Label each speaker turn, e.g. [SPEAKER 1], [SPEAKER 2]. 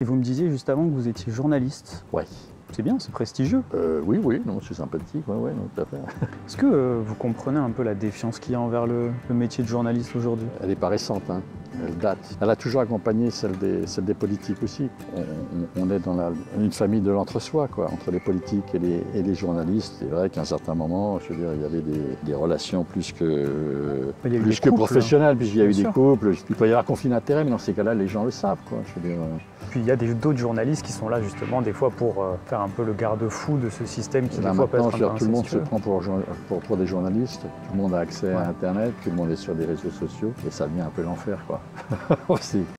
[SPEAKER 1] Et vous me disiez juste avant que vous étiez journaliste.
[SPEAKER 2] Ouais.
[SPEAKER 1] C'est bien, c'est prestigieux.
[SPEAKER 2] Euh, oui, oui, non, c'est sympathique, ouais, ouais, non, tout à fait.
[SPEAKER 1] Est-ce que euh, vous comprenez un peu la défiance qu'il y a envers le, le métier de journaliste aujourd'hui
[SPEAKER 2] Elle est pas récente, hein. elle date. Elle a toujours accompagné celle des, celle des politiques aussi. On, on- on est dans la- une famille de l'entre-soi, quoi, entre les politiques et les, et les journalistes. C'est vrai qu'à un certain moment, je veux dire, il y avait des, des relations plus que,
[SPEAKER 1] Il y a eu
[SPEAKER 2] plus
[SPEAKER 1] des
[SPEAKER 2] que
[SPEAKER 1] couples, hein.
[SPEAKER 2] professionnelles, puisqu'il y a
[SPEAKER 1] Bien
[SPEAKER 2] eu
[SPEAKER 1] sûr.
[SPEAKER 2] des couples. Il peut y avoir conflit d'intérêt, mais dans ces cas-là, les gens le savent, quoi. Je veux dire, euh,
[SPEAKER 1] hein. Puis il y a des- d'autres journalistes qui sont là justement des fois pour euh, faire un peu le garde-fou de ce système qui
[SPEAKER 2] Là,
[SPEAKER 1] des fois peut
[SPEAKER 2] Bah, maintenant,
[SPEAKER 1] être
[SPEAKER 2] je
[SPEAKER 1] un
[SPEAKER 2] veux dire,
[SPEAKER 1] peu
[SPEAKER 2] tout le monde se
[SPEAKER 1] incestueux.
[SPEAKER 2] prend pour, jour- pour, pour des journalistes, tout le monde a accès
[SPEAKER 1] Ouais.
[SPEAKER 2] à Internet, tout le monde est sur des réseaux sociaux, et ça devient un peu l'enfer, quoi. Aussi.